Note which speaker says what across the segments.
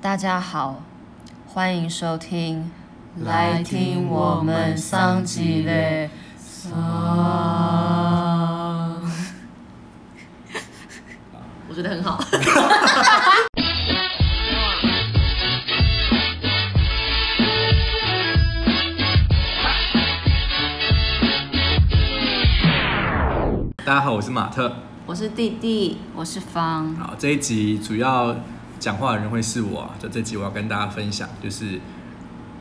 Speaker 1: 大家好，欢迎收听，来听我们上集嘞。啊！
Speaker 2: 我觉得很好。
Speaker 3: 大家好，我是马特。
Speaker 2: 我是弟弟，
Speaker 1: 我是方，
Speaker 3: 好，这一集主要讲话的人会是我啊，就这集我要跟大家分享，就是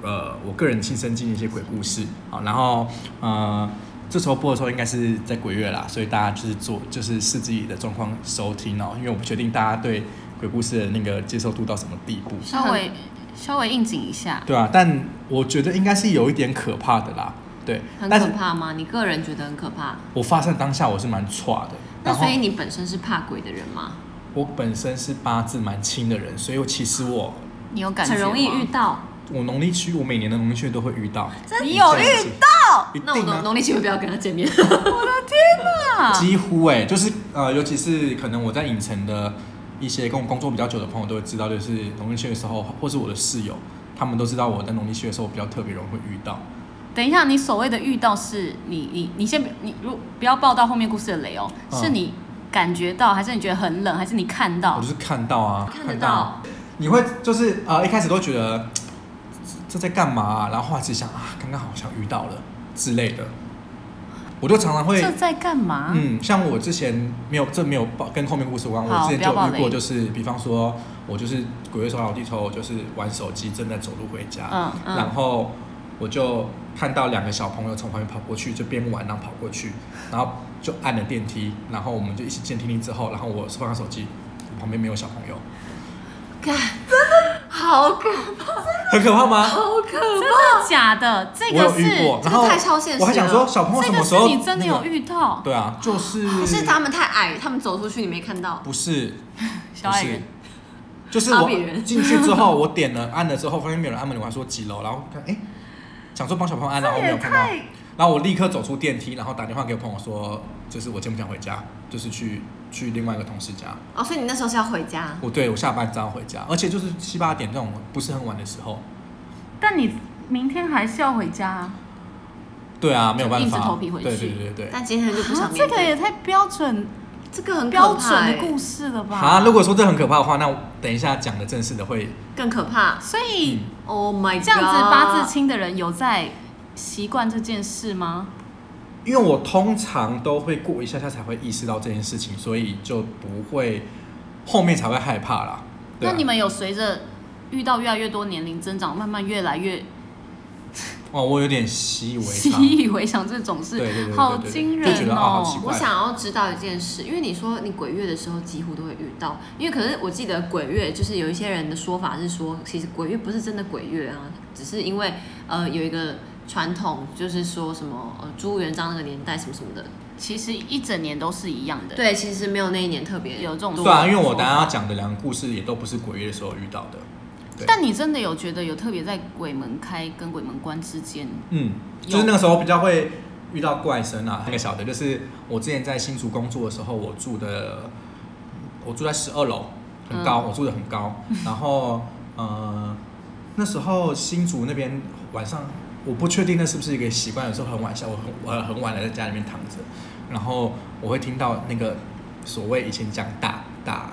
Speaker 3: 呃我个人亲身经历一些鬼故事。好，然后呃这时候播的时候应该是在鬼月啦，所以大家就是做就是视自己的状况收听哦，因为我不确定大家对鬼故事的那个接受度到什么地步。
Speaker 2: 稍微
Speaker 1: 稍微应景一下，
Speaker 3: 对啊，但我觉得应该是有一点可怕的啦。对，
Speaker 2: 很
Speaker 3: 但是
Speaker 2: 可怕吗？你个人觉得很可怕？
Speaker 3: 我发生当下我是蛮歘的。
Speaker 2: 那
Speaker 3: 然后
Speaker 2: 所以你本身是怕鬼的人吗？
Speaker 3: 我本身是八字蛮轻的人，所以我其实我
Speaker 1: 你有感觉
Speaker 2: 很容易遇
Speaker 1: 吗
Speaker 2: 到。
Speaker 3: 我农历区，我每年的农历区都会遇到。
Speaker 1: 你有遇
Speaker 3: 到？一
Speaker 2: 那我
Speaker 3: 定
Speaker 2: 农
Speaker 3: 啊，
Speaker 2: 农历七会不要跟他见面。
Speaker 3: 几乎哎、就是呃，尤其是可能我在影城的一些跟我工作比较久的朋友都会知道，就是呃农历区的时候，或是我的室友，他们都知道我在农历区的时候比较特别容易会遇到。
Speaker 4: 等一下，你所谓的遇到是你你你先不你如不要报到后面故事的雷哦，
Speaker 3: 嗯
Speaker 4: 是你感觉到，还是你觉得很冷，还是你看
Speaker 3: 我
Speaker 4: 到
Speaker 3: 就？是看到啊，
Speaker 2: 看得到
Speaker 3: 啊。你会就是呃一开始都觉得这在干嘛啊、然后后来只想啊，刚刚好像遇到了之类的，我就常常会
Speaker 4: 这在干嘛？
Speaker 3: 嗯，像我之前没有，这没有报跟后面故事无关。
Speaker 4: 好
Speaker 3: 我之前
Speaker 4: 不
Speaker 3: 就
Speaker 4: 要
Speaker 3: 有
Speaker 4: 爆
Speaker 3: 遇过，
Speaker 4: 雷
Speaker 3: 就是比方说，我就是鬼月收到我地头，我就是玩手机，正在走路回家，
Speaker 4: 嗯
Speaker 2: 嗯
Speaker 3: 然后我就看到两个小朋友从旁边跑过去，就边玩然后跑过去，然后就按了电梯，然后我们就一起进电梯之后，然后我放下手机，旁边没有小朋 友，
Speaker 2: 看，真的好可
Speaker 3: 很可怕吗？
Speaker 2: 好可
Speaker 4: 真的假的？这
Speaker 3: 我
Speaker 4: 哦个
Speaker 3: 有
Speaker 4: 是
Speaker 3: 遇过，
Speaker 2: 这个
Speaker 3: 然后
Speaker 2: 太超现实
Speaker 3: 我还想
Speaker 2: 了
Speaker 3: 说小朋友
Speaker 4: 这
Speaker 3: 什么
Speaker 4: 个
Speaker 3: 时
Speaker 4: 是
Speaker 3: 候
Speaker 4: 你真的
Speaker 3: 那个
Speaker 4: 有遇哦到？
Speaker 3: 对啊，就是
Speaker 2: 怕！是他们太矮，他们走出去你没看到。
Speaker 3: 不是，
Speaker 4: 小矮人
Speaker 3: 不是，就是
Speaker 2: 阿比
Speaker 3: 我
Speaker 2: 人
Speaker 3: 进去之后，我点了按了之后，发现没有人按门铃，我还说几楼，然后看哎、想说帮小朋友按，然啊后没有看到，然后我立刻走出电梯，然后打电话给我朋友说，就是我今天不想回家，就是去去另外一个同事家，
Speaker 2: 哦，所以你那时候是要回家。
Speaker 3: 我对我下班正要回家，而且就是七八点这种不是很晚的时候，
Speaker 4: 但你明天还是要回家啊！
Speaker 3: 对啊，没有办
Speaker 4: 硬着
Speaker 3: 法，
Speaker 4: 头皮回去
Speaker 3: 对对对对对。
Speaker 2: 但今天就不
Speaker 4: 啊
Speaker 2: 想
Speaker 4: 这
Speaker 2: 面
Speaker 4: 个也
Speaker 2: 对。
Speaker 4: 太标准
Speaker 2: 这个很可怕
Speaker 4: 标准的
Speaker 2: 欸
Speaker 4: 故事了吧？
Speaker 3: 啊，如果说这很可怕的话，那我等一下讲的正式的会
Speaker 2: 更可怕。
Speaker 4: 所以
Speaker 2: Oh
Speaker 3: 嗯
Speaker 2: my god！
Speaker 4: 这样子八字轻的人有在习惯这件事吗？
Speaker 3: 因为我通常都会过一下下才会意识到这件事情，所以就不会后面才会害怕啦。对啊
Speaker 4: 那你们有随着遇到越来越多年龄增长，慢慢越来越
Speaker 3: 哦，我有点习以为
Speaker 4: 习
Speaker 3: 常。
Speaker 4: 以为常这种事，
Speaker 3: 对对对对对
Speaker 4: 好惊
Speaker 3: 就觉
Speaker 4: 人
Speaker 3: 得哦好奇
Speaker 4: 哦！
Speaker 3: 怪
Speaker 2: 我想要知道一件事，因为你说你鬼月的时候几乎都会遇到，因为可是我记得鬼月就是有一些人的说法是说，其实鬼月不是真的鬼月啊，只是因为呃有一个传统就是说什么呃朱元璋那个年代什么什么的，
Speaker 4: 其实一整年都是一样的，，
Speaker 2: 对，其实没有那一年特别
Speaker 4: 有这种
Speaker 3: 对啊，因为
Speaker 4: 说
Speaker 3: 我
Speaker 4: 法
Speaker 3: 等一下要讲的两个故事也都不是鬼月的时候遇到的。对
Speaker 4: 但你真的有觉得有特别在鬼门开跟鬼门关之间，
Speaker 3: 嗯，
Speaker 4: 有
Speaker 3: 就是那个时候比较会遇到怪声啊，那个小的，就是我之前在新竹工作的时候，我住的，我住在十二楼，很高，我住的很高。然后，呃，那时候新竹那边晚上，我不确定那是不是一个习惯，有时候很晚下，我很我很晚了在家里面躺着，然后我会听到那个所谓以前讲打打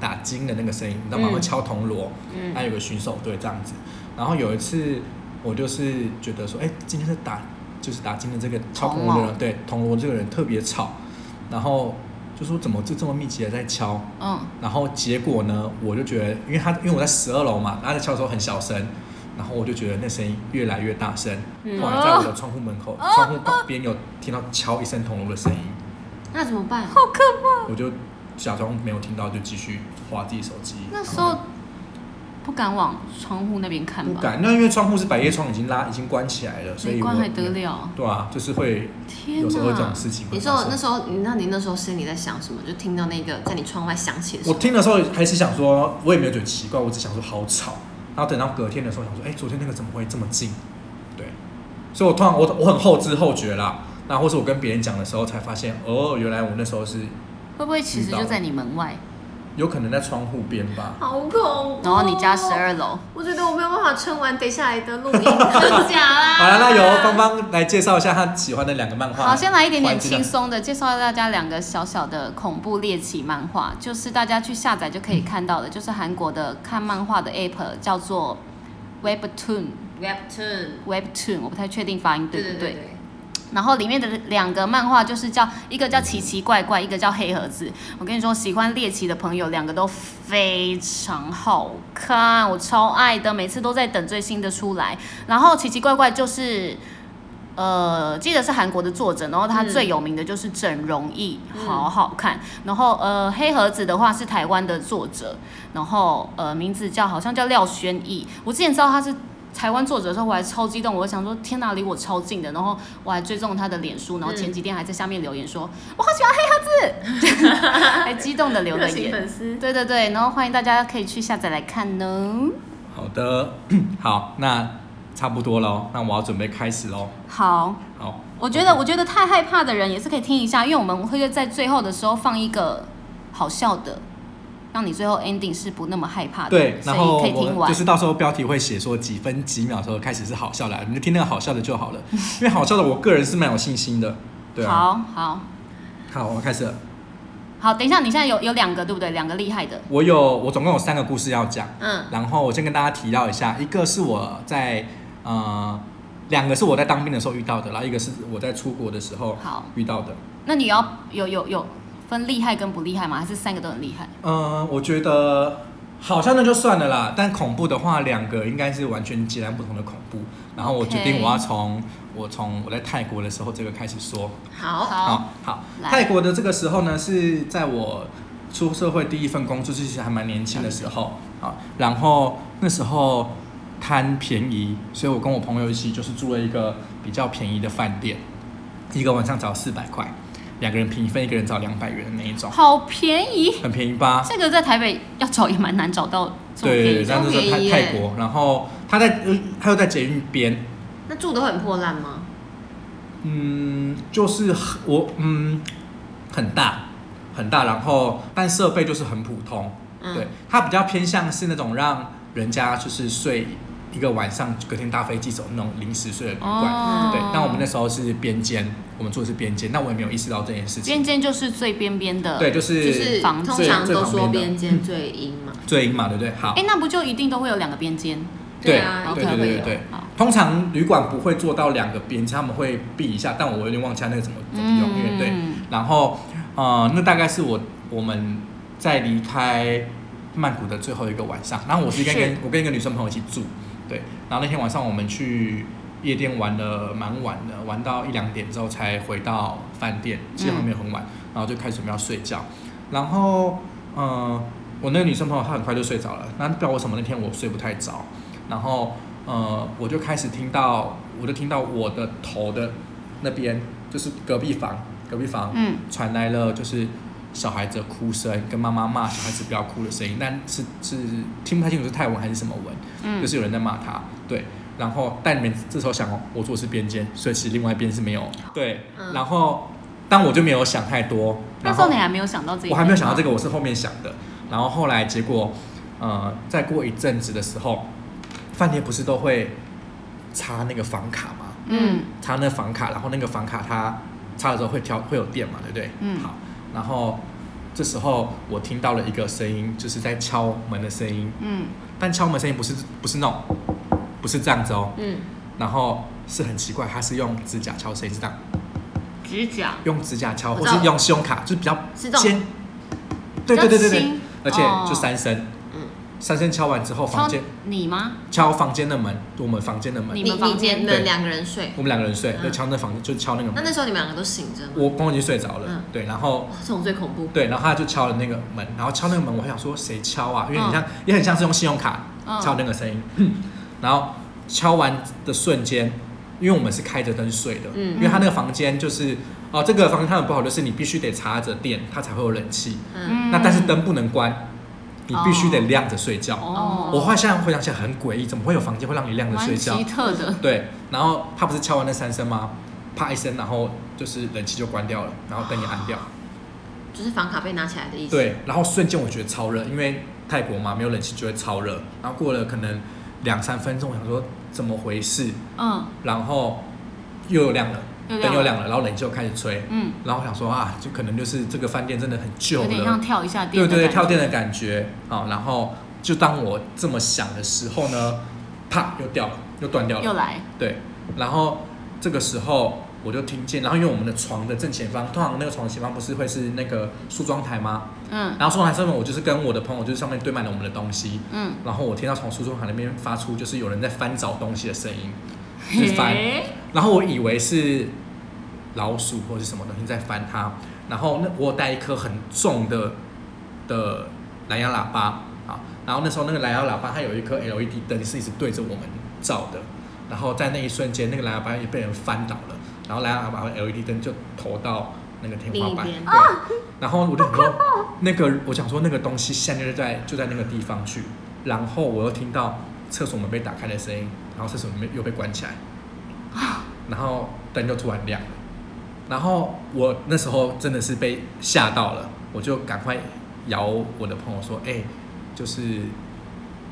Speaker 3: 打金的那个声音，你知道吗？
Speaker 2: 嗯
Speaker 3: 会敲铜锣，
Speaker 2: 嗯
Speaker 3: 还有个巡守队这样子。然后有一次，我就是觉得说，哎、今天是打就是打金的这个敲铜锣
Speaker 4: 铜
Speaker 3: 的
Speaker 4: 锣
Speaker 3: 人，对铜锣这个人特别吵，然后就说怎么就这么密集的在敲？
Speaker 4: 嗯，
Speaker 3: 然后结果呢，我就觉得，因为他因为我在十二楼嘛，他在敲的时候很小声，然后我就觉得那声音越来越大声。
Speaker 2: 嗯
Speaker 3: 后来在我的窗户门口、窗户旁边有听到敲一声铜锣的声音，
Speaker 2: 那怎么办？
Speaker 4: 好可怕！
Speaker 3: 我就假装没有听到，就继续划自己手机。
Speaker 4: 那时
Speaker 3: 然
Speaker 4: 候
Speaker 3: 后
Speaker 4: 不敢往窗户那边看
Speaker 3: 不
Speaker 4: 吧？
Speaker 3: 敢，那因为窗户是百叶窗，已经拉已经关起来了，所以
Speaker 4: 没
Speaker 3: 我
Speaker 4: 关还得了？
Speaker 3: 对啊，就是会
Speaker 4: 天
Speaker 3: 有时候这种
Speaker 4: 哪！
Speaker 3: 事情会
Speaker 2: 你
Speaker 3: 发
Speaker 2: 说
Speaker 3: 生
Speaker 2: 那。时候，你那你那时候心里在想什么？就听到那个在你窗外响起的时
Speaker 3: 我
Speaker 2: 候，
Speaker 3: 听的时候还是想说，我也没有觉得奇怪，我只想说好吵。然后等到隔天的时候想说，哎、昨天那个怎么会这么近？对，所以我突然我我很后知后觉啦。那或是我跟别人讲的时候才发现，哦，原来我那时候是
Speaker 4: 会不会其实就在你门外？
Speaker 3: 有可能在窗户边吧。
Speaker 2: 好恐怖。哦
Speaker 4: 然后你家十，二楼，
Speaker 2: 我觉得我没有办法撑完等一下来的录音， 真假啦？
Speaker 3: 好了，那由芳芳来介绍一下她喜欢的两个漫画。
Speaker 4: 好，先来一点点
Speaker 3: 环境啊
Speaker 4: 轻松的，介绍大家两个小小的恐怖猎奇漫画，就是大家去下载就可以看到的，就是韩国的看漫画的 app 叫做 Webtoon。
Speaker 2: Webtoon，
Speaker 4: Webtoon，我不太确定发音对
Speaker 2: 对
Speaker 4: 不
Speaker 2: 对
Speaker 4: 对。
Speaker 2: 对对，
Speaker 4: 然后里面的两个漫画就是叫一个叫奇奇怪怪，一个叫黑盒子。我跟你说，喜欢猎奇的朋友，两个都非常好看，我超爱的，每次都在等最新的出来。然后奇奇怪怪就是。呃，记得是韩国的作者，然后他
Speaker 2: 嗯
Speaker 4: 最有名的就是整容艺，
Speaker 2: 嗯
Speaker 4: 好好看。然后呃，黑盒子的话是台湾的作者，然后呃，名字叫好像叫廖轩逸。我之前知道他是台湾作者的时候，我还超激动，我想说天哪，离我超近的。然后我还追踪他的脸
Speaker 3: 嗯
Speaker 4: 书，然后前几天还在下面留言说、我好喜欢黑盒子， 还激动的留
Speaker 2: 热
Speaker 4: 了
Speaker 2: 情
Speaker 4: 言。
Speaker 2: 粉丝，
Speaker 4: 对对对，然后欢迎大家可以去下载来看呢。
Speaker 3: 好的， 好，那差不多喽，那我要准备开始喽。
Speaker 4: 好，
Speaker 3: 好，
Speaker 4: 我觉得
Speaker 3: 嗯
Speaker 4: 我觉得太害怕的人也是可以听一下，因为我们会在最后的时候放一个好笑的，让你最后 ending 是不那么害怕的。
Speaker 3: 对，
Speaker 4: 所
Speaker 3: 然后
Speaker 4: 以可以听
Speaker 3: 我
Speaker 4: 完。
Speaker 3: 就是到时候标题会写说几分几秒的时候开始是好笑的啊， 你就听那个好笑的就好了，因为好笑的我个人是蛮有信心的。对啊，
Speaker 4: 好好
Speaker 3: 好，我开始了。
Speaker 4: 好，等一下，你现在有有两个对不对？两个厉害的。
Speaker 3: 我有，我总共有三个故事要讲。
Speaker 2: 嗯
Speaker 3: 然后我先跟大家提到一下，一个是我在呃，两个是我在当兵的时候遇到的，然后一个是我在出国的时候
Speaker 4: 好
Speaker 3: 遇到的。
Speaker 4: 那你要有有有分厉害跟不厉害吗？还是三个都很厉害？
Speaker 3: 嗯，我觉得好像那就算了啦，但恐怖的话，两个应该是完全截然不同的恐怖。然后我决定
Speaker 4: OK
Speaker 3: 我要从我从我在泰国的时候这个开始说。
Speaker 2: 好，
Speaker 3: 好好，
Speaker 4: 来
Speaker 3: 泰国的这个时候呢，是在我出社会第一份工作，就是其实还蛮年轻的时候啊。然后那时候贪便宜，所以我跟我朋友一起就是住了一个比较便宜的饭店，一个晚上只要四百块，两个人平分，一个人只要两百元的那一种，
Speaker 4: 好便宜，
Speaker 3: 很便宜吧？
Speaker 4: 这个在台北要找也蛮难找到这么便宜
Speaker 3: 对，
Speaker 4: 的。
Speaker 3: 然后就是
Speaker 2: 这么便
Speaker 3: 泰
Speaker 2: 宜
Speaker 3: 泰
Speaker 2: 耶
Speaker 3: 国，然后他在呃他又在捷运边，
Speaker 2: 那住的会很破烂吗？
Speaker 3: 嗯，就是很我嗯很大很大，然后但设备就是很普通，
Speaker 2: 嗯
Speaker 3: 对，它比较偏向是那种让人家就是睡一个晚上，隔天搭飞机走那种临时睡的旅馆。
Speaker 4: 哦
Speaker 3: 对，但我们那时候是边间，我们住的是边间，那我也没有意识到这件事情。
Speaker 4: 边间就是最边边的。
Speaker 3: 对，。就是
Speaker 2: 就是
Speaker 4: 房
Speaker 2: 通
Speaker 4: 子
Speaker 2: 常
Speaker 3: 最
Speaker 2: 都
Speaker 3: 最
Speaker 2: 说
Speaker 3: 旁边的
Speaker 2: 边间最阴嘛，
Speaker 3: 最阴嘛，对不对？好
Speaker 4: 哎，，那不就一定都会有两个边间？
Speaker 3: 对
Speaker 2: 啊，
Speaker 3: 嗯对
Speaker 2: 一
Speaker 3: 对对
Speaker 2: 定会
Speaker 3: 对
Speaker 2: 有
Speaker 3: 对
Speaker 4: 好。
Speaker 3: 通常旅馆不会做到两个边，他们会避一下，但我有点忘记它那个怎么怎么用，
Speaker 4: 嗯
Speaker 3: 因为对。然后，呃，那大概是我我们在离开曼谷的最后一个晚上。然后我是跟
Speaker 4: 是
Speaker 3: 跟我跟一个女生朋友一起住，对。然后那天晚上我们去夜店玩的蛮晚的，玩到一两点之后才回到饭店，其实还没有很晚。然后就开始准备要睡觉，然后，呃，我那个女生朋友她很快就睡着了。那不知道为什么那天我睡不太着，然后，呃，我就开始听到，我就听到我的头的那边，就是隔壁房，隔壁房，
Speaker 4: 嗯，
Speaker 3: 传来了就是小孩子的哭声，跟妈妈骂小孩子不要哭的声音，但是是听不太清楚是泰文还是什么文，
Speaker 4: 嗯
Speaker 3: 就是有人在骂他，对。然后，但你们这时候想哦，我坐的是边间，所以其实另外一边是没有对。
Speaker 2: 嗯
Speaker 3: 然后，但我就没有想太多。
Speaker 4: 那
Speaker 3: 然
Speaker 4: 时候
Speaker 3: 后
Speaker 4: 你还没有想到这一点
Speaker 3: 我还没有想到这个，我是后面想的。然后后来结果，呃，再过一阵子的时候，饭店不是都会插那个房卡吗？
Speaker 4: 嗯
Speaker 3: 插那房卡，然后那个房卡它插的时候会调会有电嘛，对不对？
Speaker 4: 嗯
Speaker 3: 好，然后这时候我听到了一个声音，就是在敲门的声音，
Speaker 4: 嗯，
Speaker 3: 但敲门声音不是不是那种，不是这样子哦，
Speaker 2: 嗯，
Speaker 3: 然后是很奇怪，它是用指甲敲声音，是这样，
Speaker 4: 指甲
Speaker 3: 用指甲敲，
Speaker 2: 我
Speaker 3: 或
Speaker 2: 知道
Speaker 3: 是用信用卡，就是比较
Speaker 2: 是这种
Speaker 3: 尖，对对对对对，而且
Speaker 4: 哦
Speaker 3: 就三声，
Speaker 2: 嗯
Speaker 3: 三声敲完之后，
Speaker 4: 敲
Speaker 3: 房间
Speaker 4: 你吗？
Speaker 3: 敲房间的门，我们房间的门
Speaker 4: 你，
Speaker 2: 你
Speaker 4: 们房间
Speaker 2: 你
Speaker 3: 对
Speaker 2: 们两个人睡，
Speaker 3: 我们两个人睡，
Speaker 2: 嗯
Speaker 3: 就敲那房间，就敲那个
Speaker 2: 那
Speaker 3: 门，
Speaker 2: 那时候你们两个都醒着吗？
Speaker 3: 我刚刚已经睡着了
Speaker 2: 嗯，
Speaker 3: 对，然后
Speaker 2: 哇这种最恐怖，
Speaker 3: 对，然后他就敲了那个门，然后敲那个门，我还想说谁敲啊？因
Speaker 2: 嗯
Speaker 3: 为很像，也很像是用信用卡
Speaker 4: 嗯
Speaker 3: 敲那个声音。 然后敲完的瞬间，因为我们是开着灯睡的，
Speaker 2: 嗯
Speaker 3: 因为他那个房间就是哦，这个房间它很不好，就是你必须得插着电，它才会有冷气。
Speaker 2: 嗯，
Speaker 3: 那但是灯不能关，你必须得亮着睡觉。
Speaker 4: 哦，
Speaker 3: 我后来现在回想起来很诡异，怎么会有房间会让你亮着
Speaker 4: 蛮
Speaker 3: 睡觉
Speaker 4: 奇？特的，
Speaker 3: 对，然后他不是敲完
Speaker 4: 啊
Speaker 3: 那三声吗？啪一声，然后就是冷气就关掉了，然后灯也按掉。
Speaker 2: 就是房卡被拿起来的意思。，
Speaker 3: 对，然后瞬间我觉得超热，因为泰国嘛没有冷气就会超热。然后过了可能两三分钟，我想说怎么回事，
Speaker 4: 嗯
Speaker 3: 然后又有亮了，
Speaker 4: 又亮了
Speaker 3: 灯又亮了，然后冷气又开始吹。
Speaker 4: 嗯，
Speaker 3: 然后我想说啊，就可能就是这个饭店真的很旧
Speaker 4: 有点像
Speaker 3: 了，
Speaker 4: 跳一下
Speaker 3: 对
Speaker 4: 电的
Speaker 3: 对对，
Speaker 4: 感觉
Speaker 3: 跳电的感觉啊。然后就当我这么想的时候呢，啪又掉了，又断掉了
Speaker 4: 又。来，
Speaker 3: 对，然后这个时候我就听见，然后因为我们的床的正前方，通常那个床的前方不是会是那个梳妆台吗？
Speaker 4: 嗯
Speaker 3: 然后梳妆台上面，我就是跟我的朋友，就是上面堆满了我们的东西，
Speaker 4: 嗯，
Speaker 3: 然后我听到从梳妆台那边发出就是有人在翻找东西的声音，就是翻，
Speaker 4: 嘿
Speaker 3: 然后我以为是老鼠或是什么东西在翻它，然后那我有带一颗很重的的蓝牙喇叭啊，然后那时候那个蓝牙喇叭它有一颗 LED 灯是一直对着我们照的，然后在那一瞬间那个蓝牙喇叭也被人翻倒了，然后蓝牙喇叭和 LED 灯就投到那个天花板，
Speaker 2: 另一边
Speaker 3: 对，然后我就想说那个我想说那个东西现在就在就在那个地方去，然后我又听到厕所门被打开的声音，然后厕所门又被关起来。然后灯就突然亮了，然后我那时候真的是被吓到了，我就赶快摇我的朋友说：“哎、就是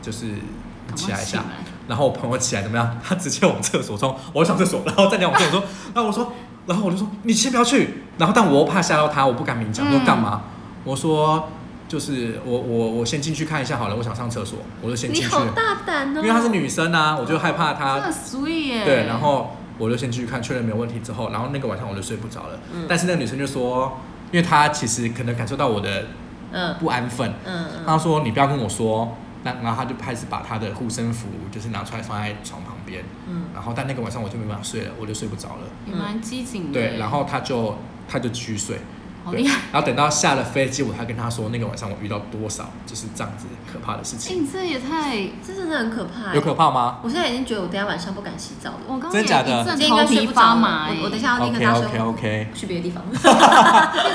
Speaker 3: 就是你起来一下
Speaker 4: 赶快醒来。”
Speaker 3: 然后我朋友起来怎么样？ 他直接往厕所冲，我上厕所，然后再讲我朋友说，然后我说，然后我就说你先不要去，然后但我又怕吓到他，我不敢明讲，说
Speaker 4: 嗯
Speaker 3: 干嘛？我说就是我我我先进去看一下好了，我想上厕所，我就先
Speaker 2: 你
Speaker 3: 进去
Speaker 2: 好
Speaker 3: 了，
Speaker 2: 大胆哦！
Speaker 3: 因为她是女生啊，我就害怕她
Speaker 4: 真的 sweet 耶，
Speaker 3: 对，然后我就先去看，确认没有问题之后，然后那个晚上我就睡不着了。
Speaker 2: 嗯
Speaker 3: 但是那个女生就说，因为她其实可能感受到我的
Speaker 2: 嗯
Speaker 3: 不安分，
Speaker 2: 嗯嗯，
Speaker 3: 她说你不要跟我说，那然后她就开始把她的护身符就是拿出来放在床旁边，
Speaker 2: 嗯
Speaker 3: 然后但那个晚上我就没办法睡了，我就睡不着了。
Speaker 4: 也蛮机警的，
Speaker 3: 对，然后她就她就继续睡。
Speaker 4: 嗯好
Speaker 3: 对
Speaker 4: 厉害，
Speaker 3: 然后等到下了飞机，我还跟她说那个晚上我遇到多少就是这样子可怕的事
Speaker 4: 哎，
Speaker 3: 情，
Speaker 4: 你这也太，
Speaker 2: 这真的很可怕欸。
Speaker 3: 有可怕吗？
Speaker 2: 我现在已经觉得我等一下晚上不敢洗澡了，
Speaker 4: 我刚刚也
Speaker 3: 真假的
Speaker 4: 一
Speaker 2: 今
Speaker 4: 阵
Speaker 2: 天应
Speaker 4: 头
Speaker 2: 该睡
Speaker 4: 皮
Speaker 2: 不着
Speaker 4: 发
Speaker 2: 了
Speaker 4: 麻欸耶，
Speaker 2: 我我等一
Speaker 4: 你
Speaker 2: 下要立刻
Speaker 3: OK
Speaker 2: 搭车
Speaker 3: OK OK，
Speaker 2: 去别的地方。
Speaker 4: 怎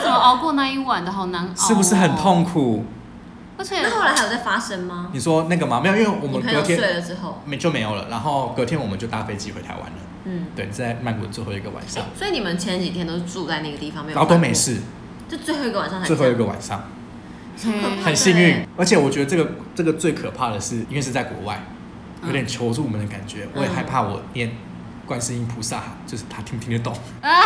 Speaker 4: 么熬过那一晚的，好难熬，啊
Speaker 3: 是不是很？痛苦？
Speaker 4: 而且
Speaker 2: 那后来还有在发生吗？
Speaker 3: 你说那个
Speaker 4: 嗯
Speaker 3: 吗？没有，因为我
Speaker 2: 你
Speaker 3: 们
Speaker 2: 朋
Speaker 3: 隔
Speaker 2: 友睡
Speaker 3: 天
Speaker 2: 了之后，
Speaker 3: 没就没有了。然后隔天我们就搭飞机回台湾了。
Speaker 2: 嗯，
Speaker 3: 对，在曼谷最后一个晚
Speaker 4: 哎
Speaker 3: 上，
Speaker 2: 所以你们前几天都是住在那个地方，没有？
Speaker 3: 然后都没，事，
Speaker 2: 就最后一个晚上才
Speaker 3: 最后一个
Speaker 2: 这样。
Speaker 3: 晚上
Speaker 4: 嘿
Speaker 3: 很幸运
Speaker 2: 对。
Speaker 3: 而且我觉得这个这个最可怕的是，因为是在国外，
Speaker 4: 嗯
Speaker 3: 有点求助我们的感觉。我也害怕我念观世音菩萨，就是他听不听得懂。
Speaker 4: 啊，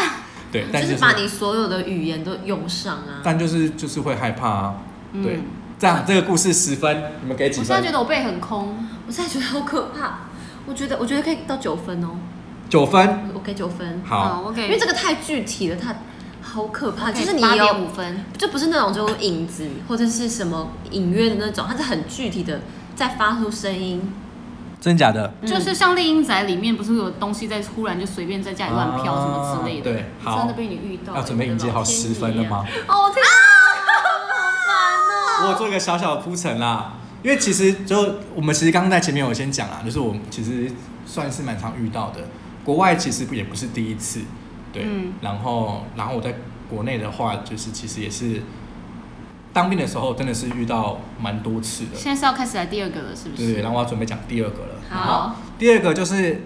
Speaker 3: 对，但
Speaker 2: 就是把你所有的语言都用上啊。
Speaker 3: 但就是就是会害怕啊。
Speaker 4: 嗯
Speaker 3: 对，这样这个故事十分，你们给
Speaker 4: 我
Speaker 3: 几
Speaker 4: 现在
Speaker 3: 分
Speaker 4: 觉？得我背很空，
Speaker 2: 我现在觉得好可怕，我觉得我觉得可以到九分哦，
Speaker 3: 九分。
Speaker 2: 我我给九分，
Speaker 4: 啊
Speaker 3: 好，
Speaker 4: 我
Speaker 2: 因
Speaker 4: 给，
Speaker 2: 为这个太具体了，它好可怕，就是你
Speaker 4: 八点
Speaker 2: 有
Speaker 4: 五分，
Speaker 2: 就不是那种就有影子或者是什么隐约的那种，它是很具体的在发出声音，
Speaker 3: 真假的？
Speaker 2: 嗯
Speaker 4: 就是像《丽英宅》里面不是有东西在忽然就随便在家里乱飘什么之类的，
Speaker 3: 啊对好
Speaker 4: 真的被你遇到，
Speaker 3: 要准备迎接好十分了吗？？
Speaker 2: 哦天啊，好烦哦，
Speaker 3: 我有做一个小小的铺陈啦，因为其实就我们其实刚刚在前面有先讲啦，啊就是我们其实算是蛮常遇到的，国外其实也不是第一次，对，
Speaker 4: 嗯
Speaker 3: 然后然后我在国内的话，就是其实也是当兵的时候真的是遇到蛮多次的，
Speaker 4: 现在是要开始来第二个了，是不
Speaker 3: 对，
Speaker 4: 是？
Speaker 3: 然后我要准备讲第二个了，
Speaker 4: 好，
Speaker 3: 第二个就是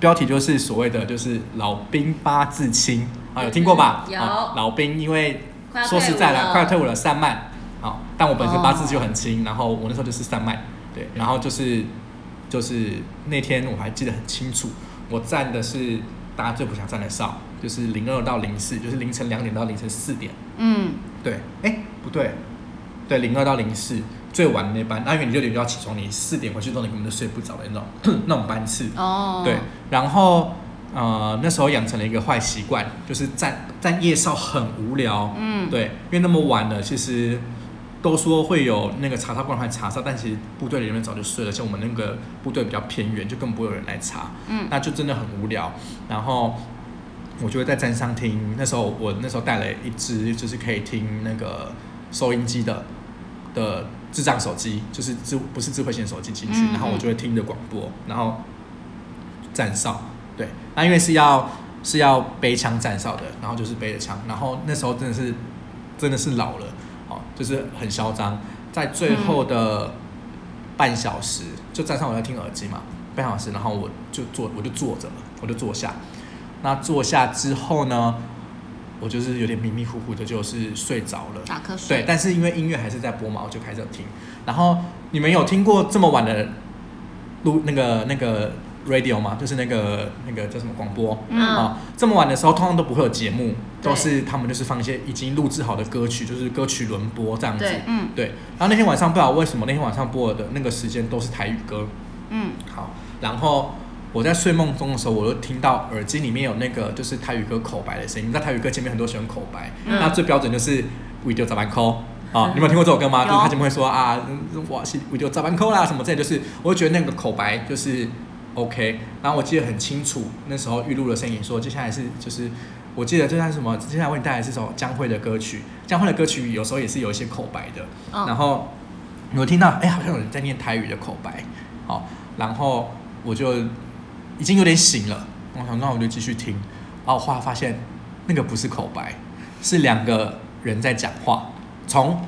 Speaker 3: 标题就是所谓的就是老兵八字亲啊，有听过吧？
Speaker 2: 嗯有
Speaker 3: 啊老兵，因为
Speaker 2: 快要
Speaker 3: 说实在
Speaker 2: 退伍
Speaker 3: 啦，
Speaker 2: 了
Speaker 3: 快退伍了，散漫。好，但我本身八字就很轻，然后我那时候就是散漫，对，然后就是就是那天我还记得很清楚，我站的是大家最不想站的哨，就是零二到零四，就是凌晨两点到凌晨四点。
Speaker 4: 嗯，
Speaker 3: 对，哎、不对，对，零二到零四最晚的那班，那因为你六点就要起床，你四点回去之后你根本就睡不着的那种 那种班次。
Speaker 4: 哦，
Speaker 3: 对，然后呃那时候养成了一个坏习惯，就是站站夜哨很无聊。
Speaker 4: 嗯，
Speaker 3: 对，因为那么晚了，其实都说会有那个查哨，不然还查哨，但其实部队里面早就睡了，像我们那个部队比较偏远，就更不会有人来查。
Speaker 4: 嗯
Speaker 3: 那就真的很无聊。然后我就会在站上听，那时候我那时候带了一只就是可以听那个收音机的的智障手机，就是智不是智慧型手机进去，
Speaker 4: 嗯
Speaker 3: 然后我
Speaker 4: 嗯
Speaker 3: 就会听着广播，然后站哨，对，那因为是要是要背枪站哨的，然后就是背着枪，然后那时候真的是真的是老了，哦，就是很嚣张，在最后的半小时、就站上我要听耳机嘛，半小时，然后我就坐我就坐着了，我就坐下，那坐下之后呢，我就是有点迷迷糊糊的，就是睡着了。
Speaker 2: 打瞌睡。
Speaker 3: 对，但是因为音乐还是在播嘛，我就开始听。然后你们有听过这么晚的录那个那个 radio 吗？就是那个那个叫什么广播啊、
Speaker 2: 嗯
Speaker 3: 这么晚的时候，通常都不会有节目，
Speaker 2: 对
Speaker 3: 都是他们就是放一些已经录制好的歌曲，就是歌曲轮播这样子。
Speaker 2: 对
Speaker 4: 嗯
Speaker 3: 对。然后那天晚上不知道为什么，那天晚上播的那个时间都是台语歌。
Speaker 4: 嗯，
Speaker 3: 好，然后我在睡梦中的时候，我就听到耳机里面有那个就是台语歌口白的声音。你知道台语歌前面很多喜欢口白，
Speaker 2: 嗯
Speaker 3: 那最标准就是“为丢咋办扣”啊，你们有听过这首歌吗？
Speaker 4: 嗯有
Speaker 3: 就是他前面会说啊，嗯我是为丢咋办扣啦什么之类的，就是我就觉得那个口白就是。OK，然后我记得很清楚，那时候玉露的声音说，接下来是就是，我记得就像什么，接下来为你带来这首江蕙的歌曲，江蕙的歌曲有时候也是有一些口白的，
Speaker 4: 嗯
Speaker 3: 然后我听到哎、好像有人在念台语的口白，好，然后我就已经有点醒了，我想那我就继续听，然后后来发现那个不是口白，是两个人在讲话，从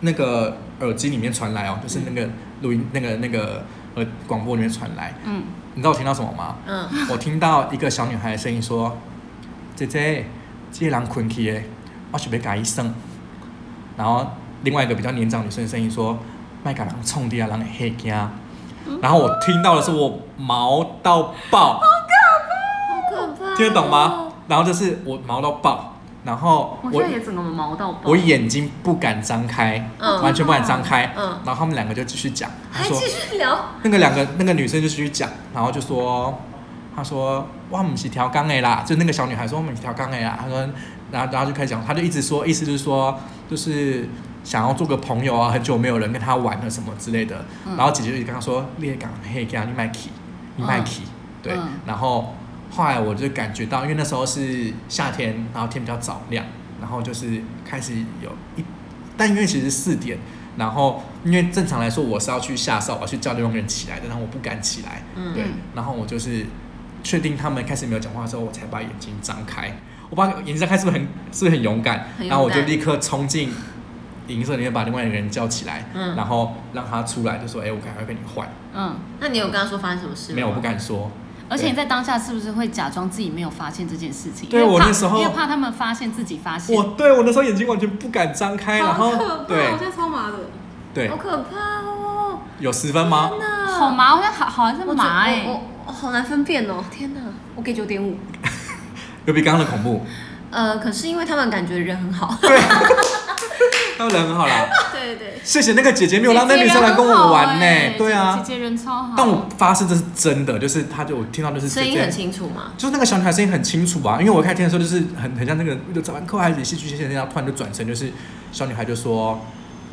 Speaker 3: 那个耳机里面传来哦，就是那个录音那个那个呃广播里面传来，
Speaker 4: 嗯，
Speaker 3: 你知道我听到什么吗？
Speaker 2: 嗯，
Speaker 3: 我听到一个小女孩的声音说：“姐姐，这个人困去的，我想要甲伊耍。”然后另外一个比较年长女生的声音说：“卖甲人冲的啊，人会吓惊。”
Speaker 2: 嗯
Speaker 3: 然后我听到的是我毛到
Speaker 2: 哦
Speaker 3: 爆，
Speaker 2: 好可怕、
Speaker 3: 听得懂吗？？然后就是我毛到爆，然后
Speaker 4: 我现
Speaker 3: 我
Speaker 4: 在也整个毛到爆。
Speaker 3: 我眼睛不敢张开，
Speaker 2: 嗯
Speaker 3: 完全不敢张开。
Speaker 2: 嗯
Speaker 3: 然后他们两个就继续讲，他
Speaker 2: 还
Speaker 3: 说。
Speaker 2: 继续聊？
Speaker 3: 那个两个那个女生就继续讲，然后就说，她说哇，我们是调缸的啦，就那个小女孩说我们是调缸的啦，她说，然后然后就开始讲，她就一直说，意思就是说，就是想要做个朋友啊，很久没有人跟她玩了什么之类的，然后姐姐就一直跟她说，你港黑港你麦起，你麦起，对，
Speaker 4: 嗯
Speaker 3: 然后后来我就感觉到，因为那时候是夏天，然后天比较早亮，然后就是开始有一，但因为其实四点，然后因为正常来说我是要去下哨，我要去叫那种人起来的，然后我不敢起来，
Speaker 2: 嗯
Speaker 3: 对，然后我就是确定他们开始没有讲话之后，我才把眼睛张开。我把眼睛张开是不是很是不是很勇敢？
Speaker 2: 很勇敢
Speaker 3: 然后我就立刻冲进银色里面把另外一个人叫起来，
Speaker 2: 嗯
Speaker 3: 然后让他出来，就说：“哎、我赶快跟你换。
Speaker 4: 嗯，
Speaker 2: 那你有跟他说发生什么事吗？
Speaker 3: 没有，我不。敢说。
Speaker 4: 而且你在当下是不是会假装自己没有发现这件事情？
Speaker 3: 对
Speaker 4: 因为
Speaker 3: 我
Speaker 4: 怕
Speaker 3: 那时候
Speaker 4: 因为怕他们发现自己发现。
Speaker 3: 我对我那时候眼睛完全不敢张开，然
Speaker 5: 好
Speaker 3: 后
Speaker 5: 可怕，
Speaker 3: 对
Speaker 5: 我现在超麻的。
Speaker 3: 对
Speaker 2: 好，可怕哦！
Speaker 3: 有十分吗？
Speaker 2: 天哪，
Speaker 4: 好麻，我现在好好像
Speaker 2: 我
Speaker 4: 是
Speaker 2: 觉得
Speaker 4: 麻哎、
Speaker 2: 我我我好难分辨哦！天哪，我给九点五。
Speaker 3: 有比刚刚的恐怖。
Speaker 2: 呃，可是因为他们感觉人很好。
Speaker 3: 他人很好啦，
Speaker 2: 对对。
Speaker 3: 谢谢那个姐姐没有让那女生来跟我玩呢、对啊，
Speaker 4: 姐姐人超好。
Speaker 3: 但我发誓这是真的，就是她就我听到就是
Speaker 2: 声
Speaker 3: 姐
Speaker 2: 音很
Speaker 3: 姐，
Speaker 2: 清楚吗？
Speaker 3: 就是那个小女孩声音很清楚啊，因为我开始听的时候就是很很像那个就早班课还是戏剧先生，然后突然就转身，就是小女孩就说，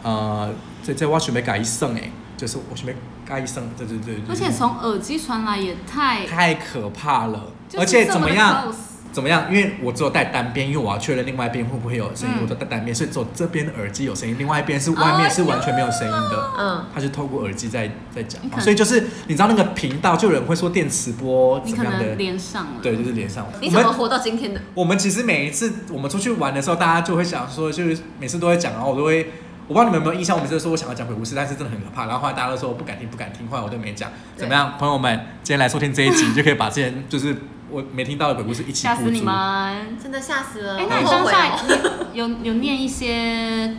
Speaker 3: 呃，这这我准备改一生哎，就是我准备改一生，对对对，对
Speaker 4: 而且从耳机传来也太，
Speaker 3: 太可怕了，
Speaker 4: 就是
Speaker 3: 而且怎
Speaker 4: 么
Speaker 3: 么
Speaker 4: 的
Speaker 3: 样？
Speaker 4: close
Speaker 3: 怎么样？因为我只有带单边，因为我要确认另外一边会不会有声音，
Speaker 4: 嗯
Speaker 3: 我都带单边，所以只有这边的耳机有声音，另外一边是外面是完全没有声音的。
Speaker 2: 嗯，
Speaker 3: 他就透过耳机在在讲
Speaker 4: 哦你可
Speaker 3: 话，
Speaker 4: 能
Speaker 3: 所以就是你知道那个频道，就有人会说电磁波
Speaker 4: 你
Speaker 3: 怎
Speaker 4: 可
Speaker 3: 么样
Speaker 4: 能
Speaker 3: 的，
Speaker 4: 连上了。
Speaker 3: 对，就是连上。
Speaker 2: 你
Speaker 3: 我
Speaker 2: 怎么
Speaker 3: 们
Speaker 2: 活到今天的？
Speaker 3: 我们其实每一次我们出去玩的时候，大家就会想说，就是每次都会讲，然后我都会，我不知道你们有没有印象，我每次都说我想要讲鬼故事，但是真的很可怕，然后后来大家都说我不敢听，不敢听，后来我都没讲。
Speaker 2: 对
Speaker 3: 怎么样，朋友们，今天来收听这一集，就可以把之前就是我没听到的鬼故事一起
Speaker 4: 吓
Speaker 3: 付
Speaker 4: 死你
Speaker 3: 诸
Speaker 4: 们！
Speaker 2: 真的吓死了！
Speaker 4: 哎、那你
Speaker 2: 好后
Speaker 4: 当
Speaker 2: 悔
Speaker 4: 下
Speaker 2: 哦
Speaker 4: 你有有念一些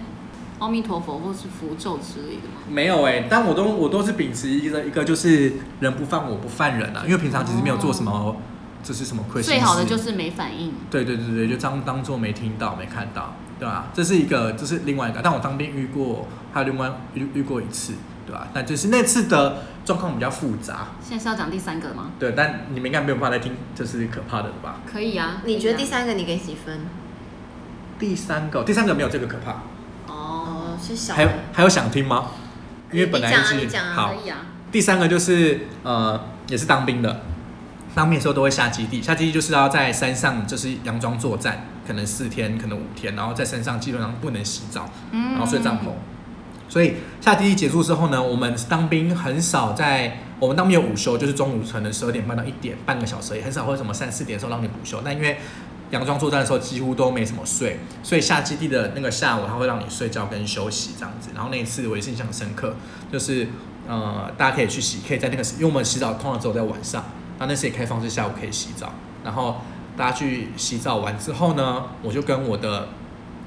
Speaker 4: 阿弥陀佛或是符咒之类的吗？
Speaker 3: 没有哎、但我都我都是秉持一个一个就是人不犯我不犯人啊，因为平常其实没有做什么，这是什么亏心
Speaker 4: 哦最好的
Speaker 3: 事
Speaker 4: 就是没反应。
Speaker 3: 对对对对，就当当做没听到没看到，对吧、这是一个，这是另外一个，但我当兵遇过，还有另外遇遇过一次，对吧、但就是那次的状况比较复杂，
Speaker 4: 现在是要讲第三个吗？
Speaker 3: 对，但你们应该没有办法再听，这是可怕的了吧？
Speaker 4: 可以啊。
Speaker 2: 你觉得第
Speaker 4: 可以
Speaker 2: 三个你给几分？
Speaker 3: 第三个，第三个没有这个可怕，
Speaker 4: 啊？哦，
Speaker 2: 哦，是小
Speaker 3: 还有还有想听吗？因为
Speaker 2: 你
Speaker 3: 本来
Speaker 2: 讲啊
Speaker 3: 是、
Speaker 2: 你讲啊
Speaker 3: 好
Speaker 4: 可，以啊。
Speaker 3: 第三个就是呃，也是当兵的，当兵的时候都会下基地，下基地就是要在山上就是佯装作战，可能四天，可能五天，然后在山上基本上不能洗澡，
Speaker 4: 嗯
Speaker 3: 然后睡帐篷。所以下基地结束之后呢，我们当兵很少在我们当兵有午休，就是中午可能十二点半到一点，半个小时而已，也很少会有什么三四点的时候让你补休。那因为佯装作战的时候几乎都没什么睡，所以下基地的那个下午他会让你睡觉跟休息这样子。然后那一次我也是印象深刻，就是呃大家可以去洗，可以在那个时，因为我们洗澡通常只有在晚上，那那时也开放是下午可以洗澡，然后。大家去洗澡完之后呢，我就跟我的，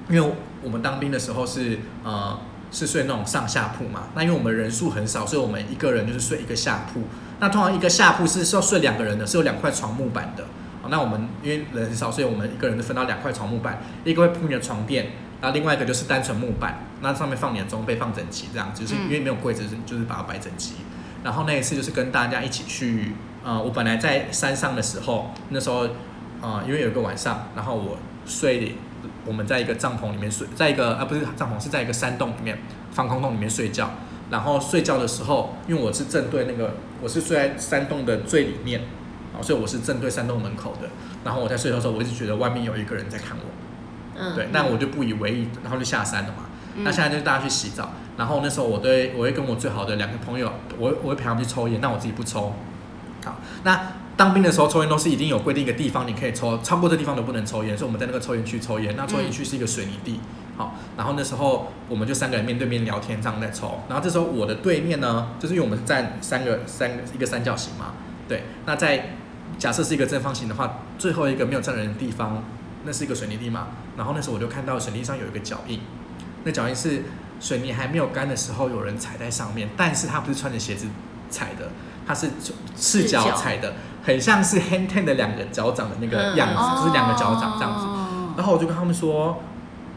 Speaker 3: 因为我们当兵的时候是呃是睡那种上下铺嘛，那因为我们人数很少，所以我们一个人就是睡一个下铺。那通常一个下铺是是要睡两个人的，是有两块床木板的。哦那我们因为人很少，所以我们一个人就分到两块床木板，一个会铺你的床垫，然后另外一个就是单纯木板，那上面放你的装备放整齐，这样就是因为没有柜子，就是就是把它摆整齐。然后那一次就是跟大家一起去，呃，我本来在山上的时候，那时候，呃，因为有一个晚上，然后我睡，我们在一个帐篷里面睡，在一个啊不是帐篷，是在一个山洞里面，防空洞里面睡觉。然后睡觉的时候，因为我是正对那个，我是睡在山洞的最里面，啊，所以我是正对山洞门口的。然后我在睡觉的时候，我一直觉得外面有一个人在看我，
Speaker 2: 嗯，
Speaker 3: 对，但我就不以为意，然后就下山了嘛。
Speaker 4: 嗯
Speaker 3: 那现在就是大家去洗澡，然后那时候我对我会跟我最好的两个朋友，我我会陪他们去抽烟，但我自己不抽。好，那当兵的时候抽烟都是一定有规定一个地方你可以抽，超过这地方都不能抽烟，所以我们在那个抽烟区抽烟。那抽烟区是一个水泥地，好，然后那时候我们就三个人面对面聊天这样在抽，然后这时候我的对面呢，就是因为我们是站三个三个一个三角形嘛，对，那在假设是一个正方形的话，最后一个没有站人的地方，那是一个水泥地嘛，然后那时候我就看到水泥上有一个脚印。那脚印是水泥还没有干的时候，有人踩在上面，但是他不是穿着鞋子踩的，他是赤脚踩的，很像是 hand ten 的两个脚掌的那个样子，
Speaker 4: 哦
Speaker 2: 嗯
Speaker 3: 就是两个脚掌这样子。
Speaker 4: 子
Speaker 3: 然后我就跟他们说，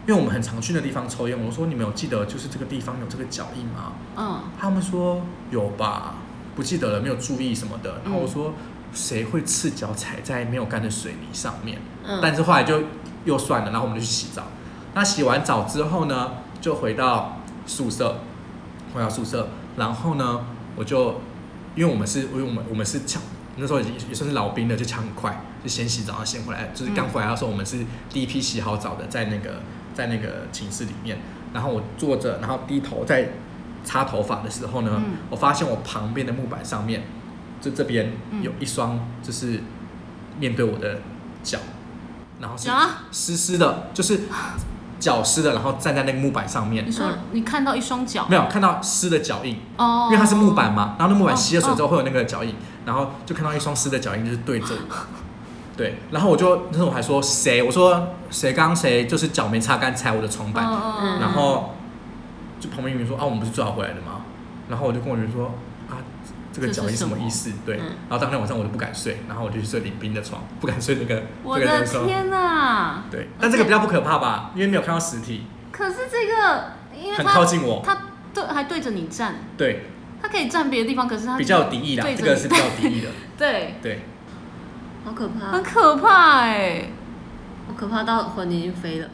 Speaker 3: 因为我们很常去那地方抽烟，我说你们有记得就是这个地方有这个脚印吗？
Speaker 4: 嗯，
Speaker 3: 他们说有吧，不记得了，没有注意什么的。然后我说谁会赤脚踩在没有干的水泥上面？
Speaker 2: 嗯
Speaker 3: 但是后来就又算了，然后我们就去洗澡。那洗完澡之后呢，就回到宿舍，回到宿舍，然后呢，我就因为我们是，因为我们我们是抢，那时候已经也算是老兵了，就抢很快，就先洗澡，然后先回来，就是
Speaker 4: 嗯
Speaker 3: 刚回来的时候，我们是第一批洗好澡的，在那个在那个寝室里面，然后我坐着，然后低头在擦头发的时候呢，
Speaker 4: 嗯
Speaker 3: 我发现我旁边的木板上面，就这边
Speaker 4: 嗯
Speaker 3: 有一双就是面对我的脚，然后是
Speaker 4: 啊
Speaker 3: 湿湿的，就是脚湿的，然后站在那个木板上面
Speaker 4: 你，说
Speaker 2: 嗯
Speaker 4: 你看到一双脚
Speaker 3: 没有看到湿的脚印，
Speaker 4: 哦
Speaker 3: 因为它是木板嘛，然后那木板吸了水之后会有那个脚印，然后就看到一双湿的脚印，就是对着我。对，然后我就那时候我还说谁，我说谁刚刚谁就是脚没擦干踩我的床板，
Speaker 4: 嗯
Speaker 3: 然后就旁边有人说啊，我们不是最好回来的吗？然后我就跟我女儿说啊，这个脚印什么意思？对，
Speaker 2: 嗯
Speaker 3: 然后当天晚上我就不敢睡，然后我就去睡林斌的床，不敢睡 那个
Speaker 4: 我
Speaker 3: 这个
Speaker 4: 的
Speaker 3: 人床。
Speaker 4: 天哪！
Speaker 3: 对，但这个比较不可怕吧，因为没有看到实体，
Speaker 4: 可是这个，因为
Speaker 3: 很
Speaker 4: 他
Speaker 3: 靠近我，
Speaker 4: 他对还对着你站，
Speaker 3: 对，
Speaker 4: 他可以站别的地方，可是他
Speaker 3: 比较有敌意啦
Speaker 4: 对，着
Speaker 3: 这个
Speaker 4: 你
Speaker 3: 是比较有敌 意的，
Speaker 4: 对，
Speaker 3: 对，
Speaker 2: 好可怕
Speaker 4: 很，可怕哎。
Speaker 2: 好可怕到魂已经飞了。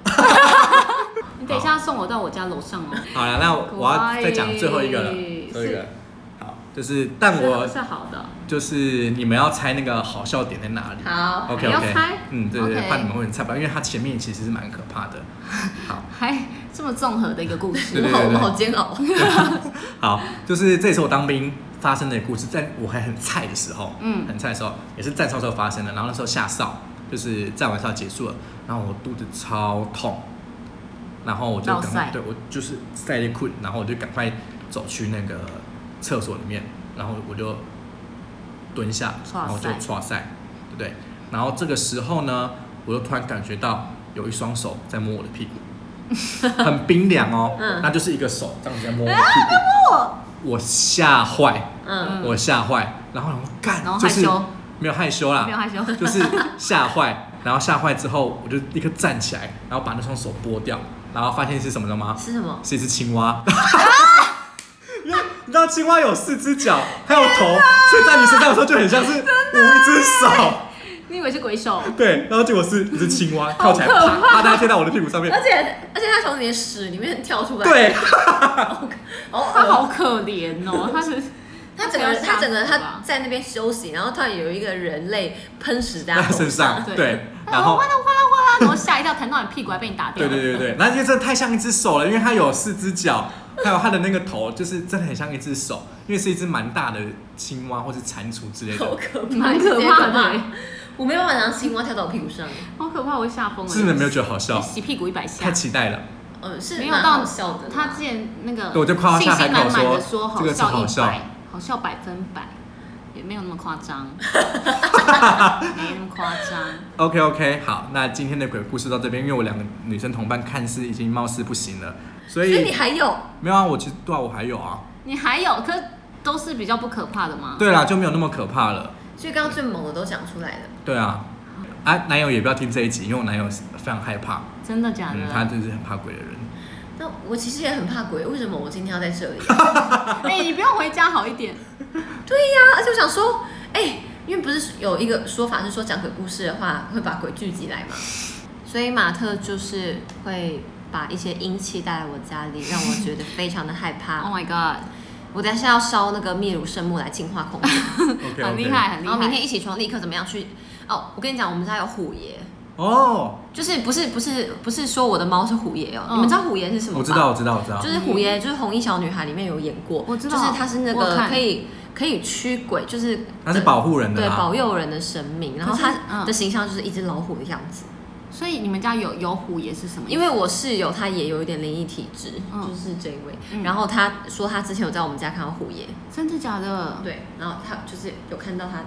Speaker 4: 你等一下送我到我家楼上哦。
Speaker 3: 好了，那我我要再讲最后一个了，
Speaker 4: 是
Speaker 3: 最后一个，好，就是但
Speaker 4: 是
Speaker 3: 嗯我
Speaker 4: 是好的，
Speaker 3: 就是你们要猜那个好笑点在哪里，
Speaker 2: 好，
Speaker 3: OK
Speaker 4: 你要
Speaker 3: OK，
Speaker 4: 猜
Speaker 3: 嗯，对对对
Speaker 4: OK
Speaker 3: 怕你们会很猜不到，因为它前面其实是蛮可怕的。好，
Speaker 4: 还这么综合的一个故事。
Speaker 3: 对对
Speaker 2: 我好
Speaker 3: 对对
Speaker 2: 我好煎熬。
Speaker 3: 好，就是这次我当兵发生的故事，在我还很菜的时候，
Speaker 4: 嗯
Speaker 3: 很菜的时候，也是站哨时候发生的。然后那时候下哨，就是站完哨结束了，然后我肚子超痛，然后我就赶
Speaker 4: 闹
Speaker 3: 快
Speaker 4: 塞，
Speaker 3: 对我就是塞得困，然后我就赶快走去那个厕所里面，然后我就蹲下，
Speaker 4: 唰
Speaker 3: 然后就
Speaker 4: 塞
Speaker 3: 唰塞，对不对？然后这个时候呢，我就突然感觉到有一双手在摸我的屁股， 很冰凉哦，
Speaker 2: 嗯
Speaker 3: 那就是一个手这样子在摸
Speaker 4: 哎
Speaker 3: 我的屁股。我吓坏，
Speaker 2: 嗯，
Speaker 3: 我吓坏，然后我说干，
Speaker 4: 然后
Speaker 3: 就
Speaker 4: 害
Speaker 3: 是
Speaker 4: 羞
Speaker 3: 没有害羞
Speaker 4: 没有
Speaker 3: 啦，
Speaker 4: 害羞，
Speaker 3: 就是吓坏，然后吓坏之后，我就立刻站起来，然后把那双手剥掉，然后发现是什么了吗？
Speaker 2: 是什么？
Speaker 3: 是一只 青蛙。因为你知道青蛙有四只脚，还有头，所以在你身上的时候就很 像是五只手，
Speaker 4: 你以为是鬼手？
Speaker 3: 对，然后结果是一只青蛙跳起来，啪，啪，它贴到我的屁股上 面
Speaker 2: 而，且而且它从你的屎里面跳出来，，
Speaker 3: 对，
Speaker 2: 哦，
Speaker 4: 他好可怜 哦，他是
Speaker 2: 他整个人，他整个人
Speaker 4: 不要吓死吧
Speaker 2: 他在那边休息，然后突然有一个人类喷屎在
Speaker 3: 在
Speaker 2: 他头
Speaker 3: 身上，
Speaker 4: 对
Speaker 3: 对，然
Speaker 4: 然
Speaker 3: 后
Speaker 4: 后哗啦哗啦哗啦，然后吓一跳，弹到你屁股还被你打掉。
Speaker 3: 对对对对，那因为真的太像一只手了，因为它有四只脚，还有它的那个头，就是真的很像一只手，因为是一只蛮大的青蛙或是蟾蜍之类
Speaker 2: 好
Speaker 3: 的。
Speaker 2: 可怕，
Speaker 4: 蛮可怕的
Speaker 2: 直接可怕我没有办法让青蛙跳到我屁股上，
Speaker 4: 好可怕，我会吓疯了。
Speaker 3: 是不是没有觉得好 笑？
Speaker 4: 洗屁股一百
Speaker 3: 太
Speaker 4: 下？
Speaker 3: 期待了，
Speaker 2: 嗯，是
Speaker 4: 没有
Speaker 2: 蛮
Speaker 4: 到
Speaker 2: 好笑的啦。
Speaker 4: 他之前那个
Speaker 3: 对我就夸他
Speaker 4: 信
Speaker 3: 下海
Speaker 4: 心
Speaker 3: 口
Speaker 4: 满满
Speaker 3: 说
Speaker 4: 的说
Speaker 3: 这个超
Speaker 4: 好
Speaker 3: 好
Speaker 4: 笑一
Speaker 3: 笑
Speaker 4: 百，好笑百分百。也没有那么夸 张，没那么夸张。
Speaker 3: OK OK，好，那今天的鬼故事到这边，因为我两个女生同伴看似已经貌似不行了，所
Speaker 2: 所以你
Speaker 3: 以
Speaker 2: 还有
Speaker 3: 没有啊，我其实对啊，我还有啊，
Speaker 4: 你还有，可都是比较不可怕的嘛。
Speaker 3: 对
Speaker 2: 哦
Speaker 3: 啦，就没有那么可怕了，
Speaker 2: 所以刚刚最猛的都讲出来了。
Speaker 3: 对啊，啊，男友也不要听这一集，因为我男友是非常害怕，
Speaker 4: 真的假的？
Speaker 3: 嗯，
Speaker 2: 啊
Speaker 3: 他就是很怕鬼 的人，
Speaker 2: 那我其实也很怕鬼，为什么我今天要在这里？
Speaker 4: 哎、你不用回家好一 点。
Speaker 2: 对呀、啊而且我想说，哎、因为不是有一个说法是说讲鬼故事的话会把鬼聚集来嘛，所以马特就是会把一些阴气带来我家里，让我觉得非常的害
Speaker 4: Oh
Speaker 2: 怕。
Speaker 4: my god，
Speaker 2: 我等一下要烧那个秘鲁圣木来净化空气，
Speaker 3: OK，
Speaker 4: 很厉害，很厉害。
Speaker 2: 然后哦明天一起床立刻怎么样去？哦，我跟你讲，我们家有虎爷，
Speaker 3: 哦，
Speaker 2: 就是不是不是不是说我的猫是虎爷哦，
Speaker 4: 嗯
Speaker 2: 你们知道虎爷是什么吗？
Speaker 3: 我知道，我知道，我知道
Speaker 2: 就，是虎爷，就是《红衣小女孩》里面有演过，
Speaker 4: 我知道
Speaker 2: 就是他是那
Speaker 4: 我有
Speaker 2: 个
Speaker 4: 看
Speaker 2: 可以可以驱鬼，就是
Speaker 3: 他是保护人的
Speaker 2: 对
Speaker 3: 啦，
Speaker 2: 保佑人的神明，然后
Speaker 4: 可是
Speaker 2: 他
Speaker 4: 嗯
Speaker 2: 的形象就是一只老虎的样子。
Speaker 4: 所以你们家有有虎也是什么意思？
Speaker 2: 因为我室友他也有一点灵异体质，
Speaker 4: 嗯
Speaker 2: 就是这一位，
Speaker 4: 嗯
Speaker 2: 然后他说他之前有在我们家看到虎爷，
Speaker 4: 真的假的？
Speaker 2: 对，然后他就是有看到他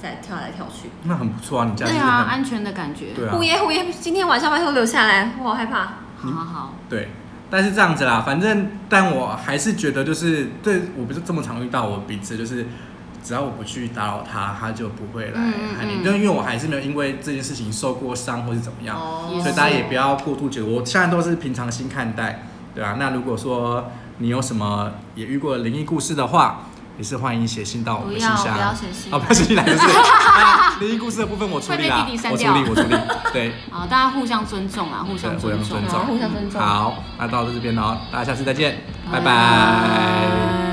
Speaker 2: 在跳来跳去。
Speaker 3: 那很不错啊，你家就是
Speaker 4: 对啊，
Speaker 3: 很
Speaker 4: 安全的感觉。
Speaker 3: 对啊
Speaker 2: 虎，爷，虎爷，今天晚上拜托留下来，我好害怕。
Speaker 4: 好好好，
Speaker 3: 对。但是这样子啦，反正，但我还是觉得，就是对我不是这么常遇到我彼此，就是只要我不去打扰他，他就不会来
Speaker 4: 嗯嗯
Speaker 3: 害你。
Speaker 4: 嗯
Speaker 3: 就因为我还是没有因为这件事情受过伤或是怎么样，
Speaker 2: 哦
Speaker 4: 也
Speaker 3: 所以大家也不要过度解读。我现在都是平常心看待，对啊。那如果说你有什么也遇过的灵异故事的话，也是欢迎写信到我们
Speaker 2: 不
Speaker 3: 的
Speaker 2: 要
Speaker 3: 信
Speaker 2: 不要
Speaker 3: 箱。
Speaker 2: 写信
Speaker 3: 哦，，不要写信 来就是啊灵异故事的部分我处理啦
Speaker 4: 会被弟弟，删
Speaker 3: 我处
Speaker 4: 掉
Speaker 3: 理，我处理。对，
Speaker 4: 好，啊大家互相尊重啦，互相
Speaker 3: 对
Speaker 4: 尊
Speaker 3: 互相
Speaker 4: 重，啊
Speaker 3: 尊
Speaker 2: 好
Speaker 3: 重
Speaker 2: 互相尊重。
Speaker 3: 哦好，那到这边喽，大家下次再见，拜
Speaker 4: 拜
Speaker 3: 拜。